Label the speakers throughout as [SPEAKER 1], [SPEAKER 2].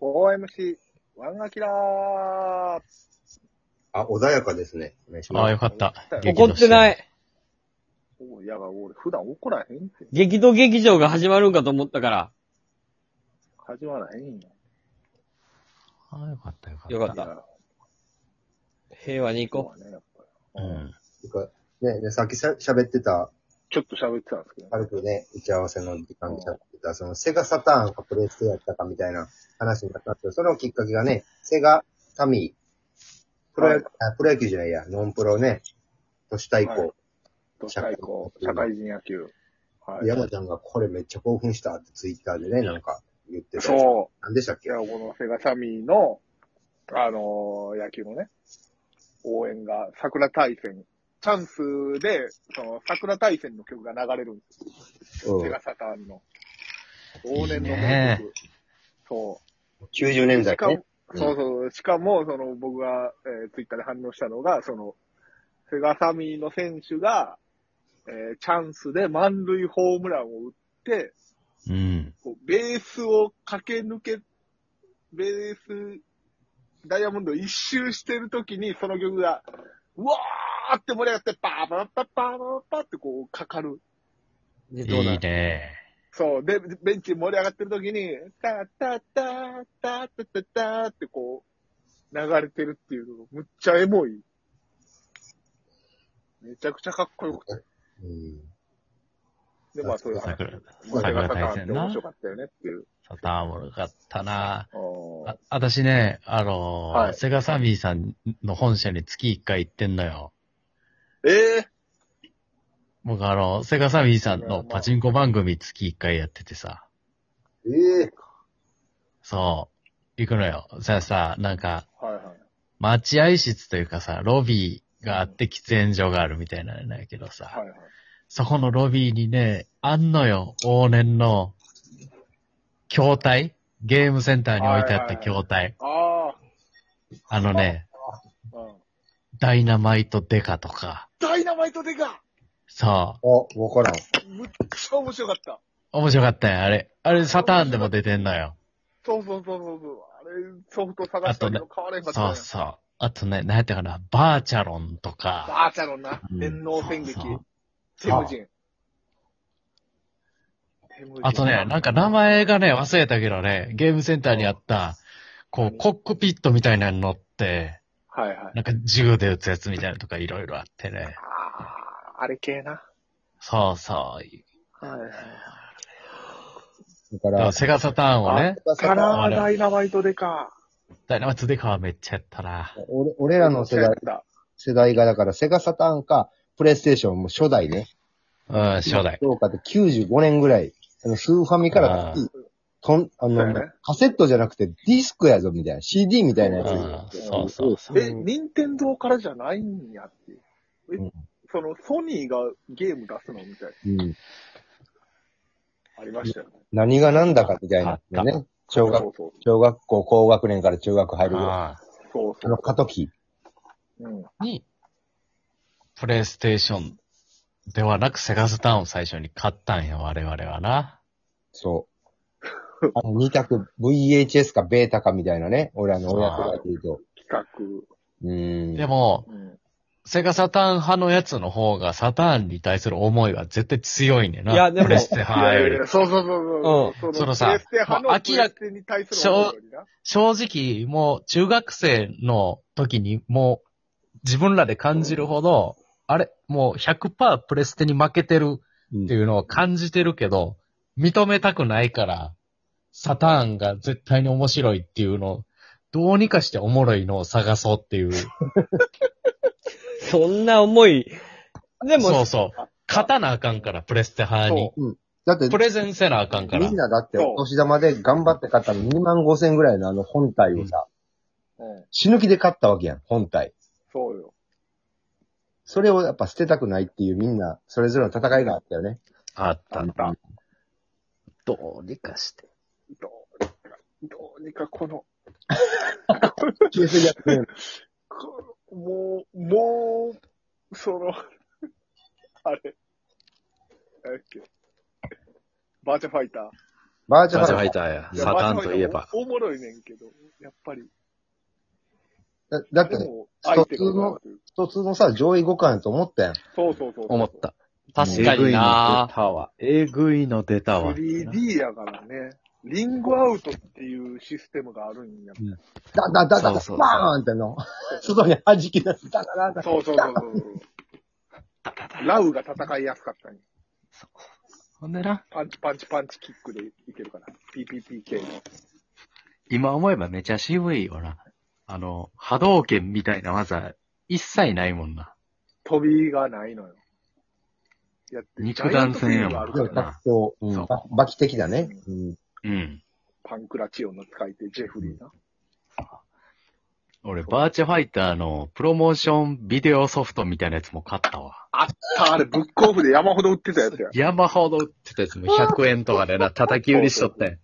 [SPEAKER 1] 4MC、ワンアキラー
[SPEAKER 2] あ、穏やかですね。お願いし
[SPEAKER 3] あ
[SPEAKER 2] ま
[SPEAKER 3] あ、
[SPEAKER 2] す。
[SPEAKER 3] よかった。
[SPEAKER 1] 激
[SPEAKER 3] 怒。
[SPEAKER 4] 怒ってないい。
[SPEAKER 1] おいやが、俺、普段怒らへんって。
[SPEAKER 4] 激怒劇場が始まるんかと思ったから。
[SPEAKER 1] 始まらへんや
[SPEAKER 3] ああ、よかった、よかった。
[SPEAKER 4] よかっ
[SPEAKER 1] ん。い
[SPEAKER 4] た。
[SPEAKER 1] や、
[SPEAKER 4] 平和に行こ
[SPEAKER 1] そうね、やっぱり。
[SPEAKER 3] うん。
[SPEAKER 2] なんかね、ね、さっきしゃ喋ってた、
[SPEAKER 1] ちょっと喋ってたんですけどね。
[SPEAKER 2] 軽くね、打ち合わせの時間に喋ってた、そのセガサターンかプレイステやったかみたいな話になったんですけど、そのきっかけがね、セガ、タミー、プロ野、
[SPEAKER 1] はい
[SPEAKER 2] あプロ野球じゃないや、ノンプロね、年対以
[SPEAKER 1] はい
[SPEAKER 2] 降、
[SPEAKER 1] と最高、社会人野球。はい。
[SPEAKER 2] 山ちゃんがこれめっちゃ興奮したってツイッターでね、なんか言ってた。。
[SPEAKER 1] そう
[SPEAKER 2] なんでしたっ
[SPEAKER 1] う。い
[SPEAKER 2] け
[SPEAKER 1] や、このセガサミーの、あのー野球のね、応援が、桜大戦、チャンスで、その、桜大戦の曲が流れるんです
[SPEAKER 2] う
[SPEAKER 1] セ
[SPEAKER 2] ん
[SPEAKER 1] ガ。サターンの。往年の名曲。
[SPEAKER 3] いいね
[SPEAKER 1] そう。
[SPEAKER 2] 90年代
[SPEAKER 1] しかも
[SPEAKER 2] ね。、うん
[SPEAKER 1] そうそう、しかも、その、僕が、えーツイッターで反応したのが、その、セガサミーの選手が、えーチャンスで満塁ホームランを打って、
[SPEAKER 3] うん。
[SPEAKER 1] こうベースを駆け抜け、ベース、ダイヤモンドを一周してるときに、その曲が、うわーって盛り上がって、パーパーパーパーパーパーってこう、かかる。
[SPEAKER 4] う。でどうない
[SPEAKER 3] い
[SPEAKER 4] る
[SPEAKER 3] ね。
[SPEAKER 1] そう。で、ベンチ盛り上がってる時に、タッタッタッタッタッタッタッってこう、流れてるっていうの、むっちゃエモい。めちゃくちゃかっこよくて。
[SPEAKER 2] うん。
[SPEAKER 1] で、まあそういう話。
[SPEAKER 3] 桜、
[SPEAKER 1] まあ
[SPEAKER 3] 桜大
[SPEAKER 1] セガサターンっ
[SPEAKER 3] 戦
[SPEAKER 1] て面
[SPEAKER 3] な
[SPEAKER 1] 白。かったよねっていう。
[SPEAKER 3] サターンもよかったな。
[SPEAKER 1] あ
[SPEAKER 3] あ、私ね、あのー
[SPEAKER 1] はい
[SPEAKER 3] セガサミーさんの本社に月1回行ってんのよ。
[SPEAKER 1] ーえ
[SPEAKER 3] 僕あの、セガサミーさんのパチンコ番組月1回やっててさ。
[SPEAKER 2] ええ
[SPEAKER 3] そう。行くのよ。じゃあさ、なんか、
[SPEAKER 1] ー、はいはい。
[SPEAKER 3] 待合室というかさ、ロビーがあって喫煙所があるみたいなんだけどさ。
[SPEAKER 1] はいはい。
[SPEAKER 3] そこのロビーにね、あんのよ、往年の、筐体ゲームセンターに置いてあった筐体。
[SPEAKER 1] あ
[SPEAKER 3] あのね、
[SPEAKER 1] あ、うん。
[SPEAKER 3] ダイナマイトデカとか、
[SPEAKER 1] ダイナマイトデカ
[SPEAKER 3] そ
[SPEAKER 2] あ、わからん。
[SPEAKER 1] むっちゃ面白かった。
[SPEAKER 3] う。面白かったよ、あれ。あれ、サターンでも出てんのよ。
[SPEAKER 1] そうそうそうそうそう。あれ、ソフト探したけど買われんかった
[SPEAKER 3] そ
[SPEAKER 1] ね
[SPEAKER 3] う。そう。あとね、なんやったかな、バーチャロンとか、
[SPEAKER 1] バーチャロンな。
[SPEAKER 3] うん
[SPEAKER 1] 電脳戦劇
[SPEAKER 3] そうそう。
[SPEAKER 1] テムジン。テムジン
[SPEAKER 3] あとね、なんか名前がね、忘れたけどね、ゲームセンターにあった、こう、コックピットみたいなの乗って、
[SPEAKER 1] はいはい。
[SPEAKER 3] なんか銃で撃つやつみたいなのとかいろいろあってね。
[SPEAKER 1] あーあれ系な。
[SPEAKER 3] そうそう。
[SPEAKER 1] はいはい。
[SPEAKER 2] だか
[SPEAKER 3] だからら、セガサターンをね、
[SPEAKER 2] あ
[SPEAKER 1] カ
[SPEAKER 3] ら
[SPEAKER 1] ラーダイナマイトでか。
[SPEAKER 3] ダイナマイトデカはめっちゃやったな。
[SPEAKER 2] 俺俺らの世代、
[SPEAKER 1] だ。
[SPEAKER 2] 世代がだからセガサターンか、プレイステーションも初代ね。
[SPEAKER 3] うん、初代。
[SPEAKER 2] どうかって95年ぐらい、あの、スーファミから
[SPEAKER 3] あ
[SPEAKER 2] つい、とん、あ
[SPEAKER 1] そうや
[SPEAKER 2] の、
[SPEAKER 1] ね
[SPEAKER 2] カセットじゃなくてディスクやぞみたいな、CD みたいな
[SPEAKER 3] う
[SPEAKER 2] や
[SPEAKER 3] ん、そうそうそ
[SPEAKER 1] え、任天堂からじゃないんやっていう。え、
[SPEAKER 2] うん
[SPEAKER 1] そのソニーがゲーム出すのみたい
[SPEAKER 2] つ、うん、
[SPEAKER 1] な。ありましたよね。
[SPEAKER 2] 何が何だかみたいなのね。小
[SPEAKER 1] そ
[SPEAKER 2] 学
[SPEAKER 1] う、そう
[SPEAKER 2] 小学校高学年から中学入
[SPEAKER 3] う。
[SPEAKER 2] るぐらい。
[SPEAKER 3] あ
[SPEAKER 1] そう
[SPEAKER 2] あ
[SPEAKER 1] そ
[SPEAKER 2] の
[SPEAKER 1] う。
[SPEAKER 2] 過渡期。
[SPEAKER 1] うん。
[SPEAKER 3] あに、プレイステーションではなくセガサターンを最初に買ったんよ、我々はな。
[SPEAKER 2] そう。あの、二択、VHS かベータかみたいなね。俺らの親子が言うと。
[SPEAKER 1] 企
[SPEAKER 2] うーん。
[SPEAKER 3] で、も、
[SPEAKER 1] 画。うん。
[SPEAKER 3] セガサターン派のやつの方がサターンに対する思いは絶対強いねんな。
[SPEAKER 4] いやでも
[SPEAKER 3] プレステ派よ
[SPEAKER 1] いやい
[SPEAKER 3] り
[SPEAKER 1] や。そうそうそうそう。
[SPEAKER 3] うんそのさ
[SPEAKER 1] プレステ派
[SPEAKER 3] ま
[SPEAKER 1] の
[SPEAKER 3] あ
[SPEAKER 1] プレステに対する思いよりな。
[SPEAKER 3] 正直、もう中学生の時にもう自分らで感じるほど、あれ、もう100%プレステに負けてる
[SPEAKER 2] うん
[SPEAKER 3] っていうのを感じてるけど、認めたくないから、サターンが絶対に面白いっていうのを、どうにかしておもろいのを探そうっていう。
[SPEAKER 4] そんな思い。でも、
[SPEAKER 3] そうそう。勝たなあかんから、プレステ派に
[SPEAKER 1] そ。
[SPEAKER 2] だって
[SPEAKER 3] プ、レゼンせなあかんから
[SPEAKER 2] みん。なだってお年玉で頑張って買ったの2万5千ぐらいのあの本体をさ、
[SPEAKER 1] うん。
[SPEAKER 2] 死ぬ気で買ったわけやん、本体。
[SPEAKER 1] そうよ。
[SPEAKER 2] それをやっぱ捨てたくないっていうみんな、それぞれの戦いがあったよ ね。
[SPEAKER 3] あっ
[SPEAKER 1] あ
[SPEAKER 3] た
[SPEAKER 1] っ
[SPEAKER 3] の。
[SPEAKER 1] た。
[SPEAKER 3] どうにかして。
[SPEAKER 1] どうにか、どうにかこの、
[SPEAKER 2] 中水やってる。
[SPEAKER 1] このもう、もう、その、あれ、あれっけ、バーチャファイター。
[SPEAKER 2] バーチャ
[SPEAKER 3] バ
[SPEAKER 2] ル
[SPEAKER 3] ーチャフ
[SPEAKER 2] フ
[SPEAKER 3] ァ
[SPEAKER 2] ァ
[SPEAKER 3] イ
[SPEAKER 2] イター
[SPEAKER 3] ターや。サターンといえば。
[SPEAKER 1] おおもろいねんけど、やっぱ り。
[SPEAKER 2] だ。だって
[SPEAKER 1] で
[SPEAKER 2] ね、
[SPEAKER 1] も、相手が
[SPEAKER 2] 一つの
[SPEAKER 1] という
[SPEAKER 2] 一つのさ、上位互換やと思ったやん。
[SPEAKER 1] そうそうそう。
[SPEAKER 3] 思った。
[SPEAKER 4] 確かにな
[SPEAKER 3] えぐいの出たわ。えぐいの出たわ。
[SPEAKER 1] 3D やからね。リングアウトっていうシステムがあるんや。
[SPEAKER 2] ダダダダ
[SPEAKER 3] そ
[SPEAKER 2] ダ、
[SPEAKER 3] うそうそう
[SPEAKER 2] バーンっての。外に弾き出す。ダダダダ。
[SPEAKER 1] そうそうそう そう。ラウが戦いやすかったんや。
[SPEAKER 3] ほんでな、
[SPEAKER 1] パンチパンチパンチキックでいけるかな。PPPK の。
[SPEAKER 3] 今思えばめちゃ渋いよな。あの、波動拳みたいな技、一切ないもんな。
[SPEAKER 1] 飛びがないのよ。やって
[SPEAKER 3] 肉弾戦やもん
[SPEAKER 1] ジャイアントフィーがあるか
[SPEAKER 2] でも
[SPEAKER 1] らな
[SPEAKER 2] 格闘、う
[SPEAKER 3] そ
[SPEAKER 2] ん
[SPEAKER 3] う、
[SPEAKER 2] ババキ的だね。うん。
[SPEAKER 3] うん。
[SPEAKER 1] パンクラチオンの使い手、ジェフリーな。
[SPEAKER 3] 俺、バーチャファイターのプロモーションビデオソフトみたいなやつも買ったわ。
[SPEAKER 1] あった、あれ、ブックオフで山ほど売ってたやつや。
[SPEAKER 3] 山ほど売ってたやつも100円とか でな、叩き売りしとったやん。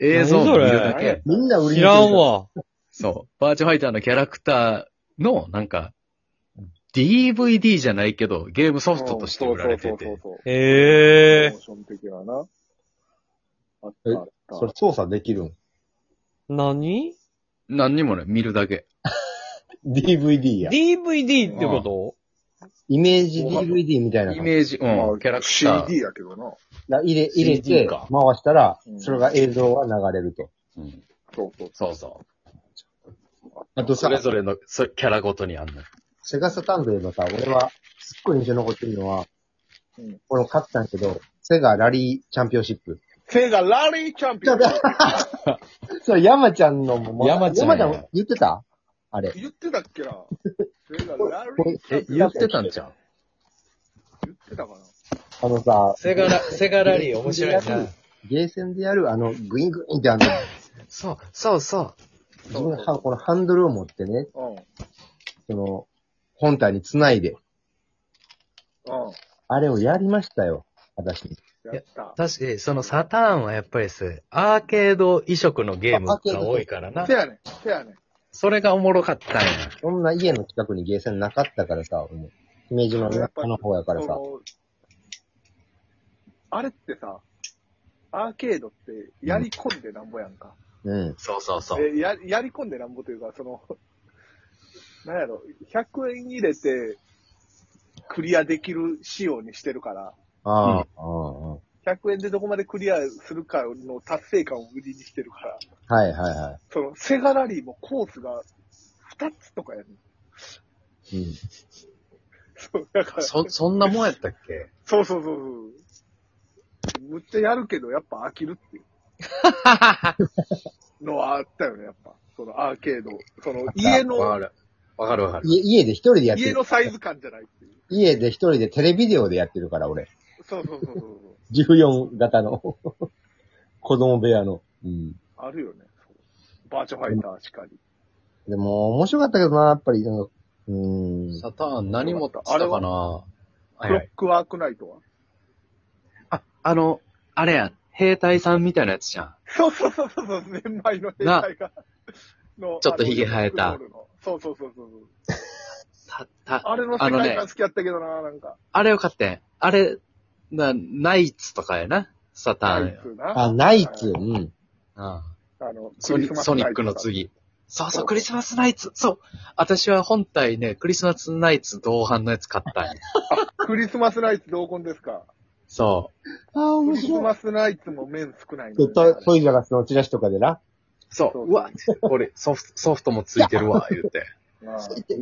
[SPEAKER 3] 映像
[SPEAKER 4] 何
[SPEAKER 3] を
[SPEAKER 4] そ
[SPEAKER 3] 見
[SPEAKER 4] れ
[SPEAKER 3] るだけ。
[SPEAKER 2] みんな売りに来
[SPEAKER 4] 知
[SPEAKER 2] る
[SPEAKER 4] らん。わ。
[SPEAKER 3] そう。バーチャファイターのキャラクターの、なんか、DVD じゃないけど、ゲームソフトとして売られて
[SPEAKER 1] そ
[SPEAKER 3] て
[SPEAKER 1] う。そうそうそう
[SPEAKER 4] へえ
[SPEAKER 1] モーション的なな。あったあった。
[SPEAKER 2] それ操作できるん。
[SPEAKER 4] ー。何
[SPEAKER 3] 何にもね、見るだけ。
[SPEAKER 2] DVD や。
[SPEAKER 4] ?DVD ってこと
[SPEAKER 2] イメージ DVD みたいな
[SPEAKER 3] イ
[SPEAKER 2] の。
[SPEAKER 3] メージ、う
[SPEAKER 1] ま
[SPEAKER 3] ん
[SPEAKER 1] あ、
[SPEAKER 3] キャラクター。
[SPEAKER 1] CD やけどな。
[SPEAKER 2] な入れ、入れ
[SPEAKER 3] CD
[SPEAKER 2] て、
[SPEAKER 3] か
[SPEAKER 2] 回したら
[SPEAKER 1] う、ん
[SPEAKER 2] それが映像は流れると。
[SPEAKER 3] うん
[SPEAKER 1] そうそう。
[SPEAKER 3] そうそう。
[SPEAKER 2] あと
[SPEAKER 3] そ
[SPEAKER 2] さ、
[SPEAKER 3] れぞれのそキャラごとにあんの。
[SPEAKER 2] セガサタンといえばさ、俺は、すっごい印象に残ってるのは
[SPEAKER 1] うん、
[SPEAKER 2] 俺も勝ったんやけど、セガラリーチャンピオンシップ。
[SPEAKER 1] セガラリーチャンピオン。
[SPEAKER 2] それ山ちゃんのも、
[SPEAKER 3] 山ちゃんや
[SPEAKER 2] 山ちゃん言ってたあれ。
[SPEAKER 1] 言ってたっけな。セガラリーチャン
[SPEAKER 3] え、
[SPEAKER 1] ピオン。
[SPEAKER 3] 言ってたんちゃう
[SPEAKER 1] 言ってたかな。
[SPEAKER 2] あのさ、
[SPEAKER 3] セガラ、セガラリー面白い
[SPEAKER 2] ゲーセンでや
[SPEAKER 3] な
[SPEAKER 2] る。ゲーセンでやる、あの、グイングインってあの、
[SPEAKER 3] そう、そうそう。
[SPEAKER 2] 自分がこのハンドルを持ってね、
[SPEAKER 1] うん。
[SPEAKER 2] その、本体に繋いで、
[SPEAKER 1] うん。
[SPEAKER 2] あれをやりましたよ、私。
[SPEAKER 1] やった。
[SPEAKER 3] 確かに、そのサターンはやっぱりす、アーケード移植のゲームが多いからな
[SPEAKER 1] せ。やねん。せやねん。
[SPEAKER 3] それがおもろかったんや。
[SPEAKER 2] そんな家の近くにゲーセンなかったからさ、俺も姫路の
[SPEAKER 1] やっぱ
[SPEAKER 2] 中の方やから
[SPEAKER 1] そ
[SPEAKER 2] さ。
[SPEAKER 1] のあれってさ、アーケードってやり込んでなんぼやんか。
[SPEAKER 2] うん。
[SPEAKER 3] そうそうそ。
[SPEAKER 1] えややり込んでなんぼというか、その、 なんやろ、100円入れてクリアできる仕様にしてるから、
[SPEAKER 2] ああ、あ
[SPEAKER 1] 100円でどこまでクリアするかの達成感を売りにしてるから、
[SPEAKER 2] あはいはいは
[SPEAKER 1] そのセガラリーもコースが2つとかやねん。
[SPEAKER 2] い。うん。
[SPEAKER 1] そう、だから、そう
[SPEAKER 3] そ、そんなもんやったっけ
[SPEAKER 1] そうそうそう。むっちゃやるけど、やっぱ飽きるって いうのはあったよね、やっぱ。そのアーケード。その家
[SPEAKER 3] わか
[SPEAKER 1] の、
[SPEAKER 3] る。わかるわかる。
[SPEAKER 2] 家家で一人でやって
[SPEAKER 1] 家
[SPEAKER 2] る。
[SPEAKER 1] のサイズ感じゃないっていう。
[SPEAKER 2] 家で一人でテレビデオでやってるから、俺。
[SPEAKER 1] そうそうそうそう。
[SPEAKER 2] 14型の。 子供部屋の。うん。
[SPEAKER 1] あるよね。そうバーチャファイターしかり。
[SPEAKER 2] でも、面白かったけどな、やっぱり。なんかうーん。
[SPEAKER 3] サターン何持って
[SPEAKER 1] あ
[SPEAKER 3] た
[SPEAKER 1] れ
[SPEAKER 3] か
[SPEAKER 1] は
[SPEAKER 3] なは
[SPEAKER 1] クロックワークナイトは
[SPEAKER 3] あ、あの、あれや、兵隊さんみたいなやつじゃん。
[SPEAKER 1] そうそうそうそうそう、年配の兵隊 が。の
[SPEAKER 3] ちょっとヒゲ生えた。
[SPEAKER 1] あのそうそうそうそう。
[SPEAKER 3] た、た、
[SPEAKER 1] あれの世
[SPEAKER 3] あの
[SPEAKER 1] 界
[SPEAKER 3] ね
[SPEAKER 1] 観好きやったけどな、なんか。
[SPEAKER 3] あれよかったやん。あれ、な、ナイツとかやな。サタ
[SPEAKER 1] ナ
[SPEAKER 3] ーン
[SPEAKER 1] イ
[SPEAKER 3] や。
[SPEAKER 1] ツな。
[SPEAKER 2] あ、ナイツ。うん。
[SPEAKER 3] うん。
[SPEAKER 1] あの、
[SPEAKER 3] ソニソニックの
[SPEAKER 1] 次
[SPEAKER 3] 次。そうそう、クリスマスナイツ。そう。私は本体ね、クリスマスナイツ同伴のやつ買ったんや。
[SPEAKER 1] クリスマスナイツ同梱ですか。
[SPEAKER 3] そ
[SPEAKER 2] あ、
[SPEAKER 1] ク
[SPEAKER 2] 面
[SPEAKER 1] リス
[SPEAKER 2] 白い。
[SPEAKER 1] マスナイツも面少ないんだ
[SPEAKER 2] で
[SPEAKER 1] よね
[SPEAKER 2] トイトイザラスのチラシとかでな。
[SPEAKER 3] う。そう。
[SPEAKER 1] そう
[SPEAKER 3] うわ、俺、ソフト、ソフトもついてるわ、言うて。
[SPEAKER 1] ああ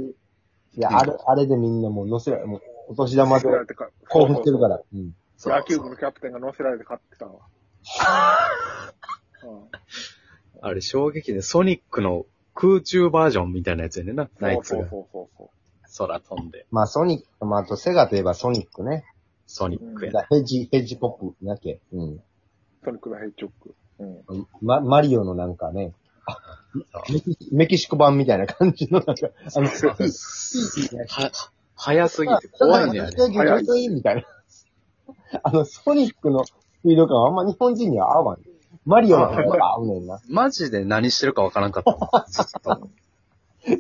[SPEAKER 2] いや、あれ、あれでみんなもう乗せられ、もう、お年玉で
[SPEAKER 1] 乗せられてか
[SPEAKER 2] 興奮してるから。うん。
[SPEAKER 3] そう
[SPEAKER 1] 野球部のキャプテンが乗せられて買ってたわ。うん
[SPEAKER 3] あれ、衝撃で、ソニックの空中バージョンみたいなやつやねんな、ナイツ
[SPEAKER 1] そう
[SPEAKER 3] が。
[SPEAKER 1] そうそうそう
[SPEAKER 3] 空飛んで、
[SPEAKER 2] まあ、ソニック、まあ、あと、セガといえばソニックね。
[SPEAKER 3] ソニックやな。
[SPEAKER 2] ヘッジ、ヘッジポップだっけ。うん。
[SPEAKER 1] ソニックのヘッジョック。うん。
[SPEAKER 2] ま、マリオのなんかね、
[SPEAKER 3] そう
[SPEAKER 2] メキメキシコ版みたいな感じの、なんか、あの、
[SPEAKER 3] は、早すぎて怖いね、あれ。
[SPEAKER 1] 早い
[SPEAKER 2] いみたいな。あの、ソニックのスピード感はあんま日本人には合わん。マリオの方が合うねんな。
[SPEAKER 3] マジで何してるかわからんかっ たもん。ずっ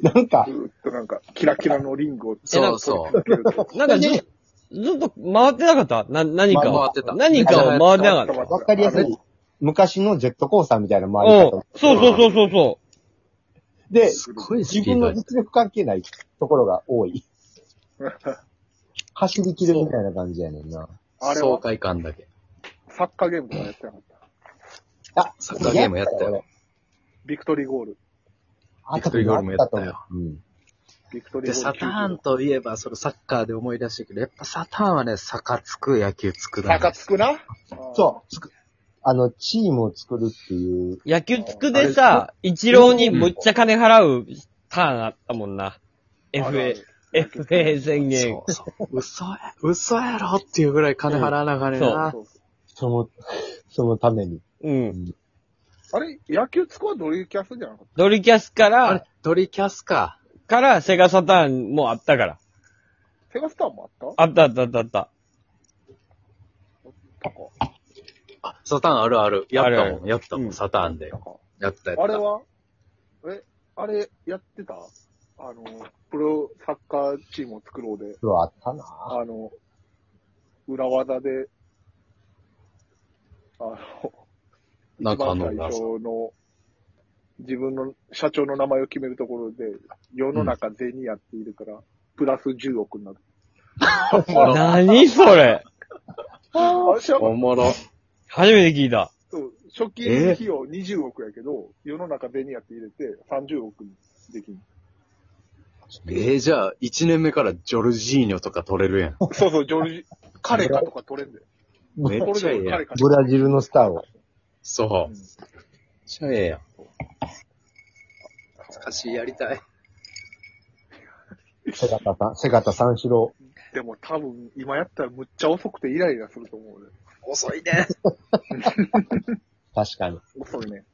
[SPEAKER 3] と
[SPEAKER 2] なんか
[SPEAKER 1] ず、ーっとなんか、キラキラのリングを。。
[SPEAKER 3] そうそう
[SPEAKER 1] ち
[SPEAKER 4] なんかずっと、ずっと回ってなかったな、何かを。
[SPEAKER 3] 回ってた
[SPEAKER 4] 何かを回ってな
[SPEAKER 1] ょ
[SPEAKER 4] かっ
[SPEAKER 1] っと待って
[SPEAKER 2] わかりやすい。昔のジェットコースターみたいなのもあり
[SPEAKER 4] う
[SPEAKER 2] 方
[SPEAKER 4] ん。そうそうそうそうそ
[SPEAKER 2] で、
[SPEAKER 1] すごい。
[SPEAKER 3] ごい
[SPEAKER 2] 自分の実力関係ないところが多い。走りきるみたいな感じやねんな。
[SPEAKER 1] あれ
[SPEAKER 3] 爽
[SPEAKER 1] は
[SPEAKER 3] 快感だけ。
[SPEAKER 1] サッカーゲームとかやってなかった。
[SPEAKER 2] あ、
[SPEAKER 3] サッカーゲームやったよ。
[SPEAKER 1] ビクトリーゴール。
[SPEAKER 2] あ
[SPEAKER 3] ビ
[SPEAKER 2] ったと
[SPEAKER 3] クトリーゴール
[SPEAKER 2] 思
[SPEAKER 3] も
[SPEAKER 2] う
[SPEAKER 3] や
[SPEAKER 2] あ
[SPEAKER 3] っ
[SPEAKER 2] ったた
[SPEAKER 3] よ
[SPEAKER 2] と思う。うん。
[SPEAKER 1] ビクトリー
[SPEAKER 3] で、
[SPEAKER 1] ゴール。
[SPEAKER 3] サターンといえば、そのサッカーで思い出してくる。やっぱサターンはね、坂つく野球つくだ、ね。
[SPEAKER 1] 高つくな
[SPEAKER 2] そう。あの、チームを作るっていう、
[SPEAKER 4] う。野球つくでさ、一郎にむっちゃ金払うターンあったもんな。
[SPEAKER 1] うんあるあ
[SPEAKER 4] FA
[SPEAKER 1] る、
[SPEAKER 4] FA 宣言。
[SPEAKER 3] そうそう。嘘や、嘘やろっていうぐらい金払わなあかねえな。
[SPEAKER 1] そう
[SPEAKER 2] その、 そのために。
[SPEAKER 4] うん。
[SPEAKER 1] あれ野球つくはドリキャスじゃなかっ
[SPEAKER 4] ドリキャスか
[SPEAKER 3] あ
[SPEAKER 4] ら
[SPEAKER 3] れ、、ドリキャスか。
[SPEAKER 4] からセガサターンもあったから。
[SPEAKER 1] たセガスターもあった
[SPEAKER 4] あったあったあったあった。
[SPEAKER 1] タカ
[SPEAKER 3] あ、サターンあるある。やった
[SPEAKER 4] ある
[SPEAKER 3] もん、やったも
[SPEAKER 4] うん
[SPEAKER 3] ん、サターンで
[SPEAKER 1] タ。カ
[SPEAKER 3] やったやった。
[SPEAKER 1] あれはえ、あれやってたあの、プロサッカーチームを作ろうで、
[SPEAKER 2] うわ、あったなぁ。
[SPEAKER 1] あの、裏技で、あの、
[SPEAKER 3] なんかあの
[SPEAKER 1] 一番最初の、自分の社長の名前を決めるところで、世の中銭やっているから、プラス10億になる。
[SPEAKER 3] おもろ。
[SPEAKER 4] 何それ
[SPEAKER 1] あれ知らんかっ
[SPEAKER 3] おもろ。
[SPEAKER 4] 初めて聞いた。
[SPEAKER 1] たそう初期費用20億やけど、世の中銭やって入れて30億にで きる。
[SPEAKER 3] えー、じゃあ、1年目からジョルジーニョとか取れるやん。
[SPEAKER 1] そうそう、ジョルジ、彼かとか取れんで。
[SPEAKER 3] めっちゃええやん。
[SPEAKER 1] か
[SPEAKER 2] ブラジルのスターを。
[SPEAKER 3] そ
[SPEAKER 1] う
[SPEAKER 3] う。
[SPEAKER 1] ん
[SPEAKER 3] めっちゃええやん。懐かしい、やりたい。
[SPEAKER 2] セガタさん、セガタ三四郎。
[SPEAKER 1] でも多分、今やったらむっちゃ遅くてイライラすると思うね。
[SPEAKER 3] 遅いね。
[SPEAKER 2] 確かに。
[SPEAKER 1] 遅いね。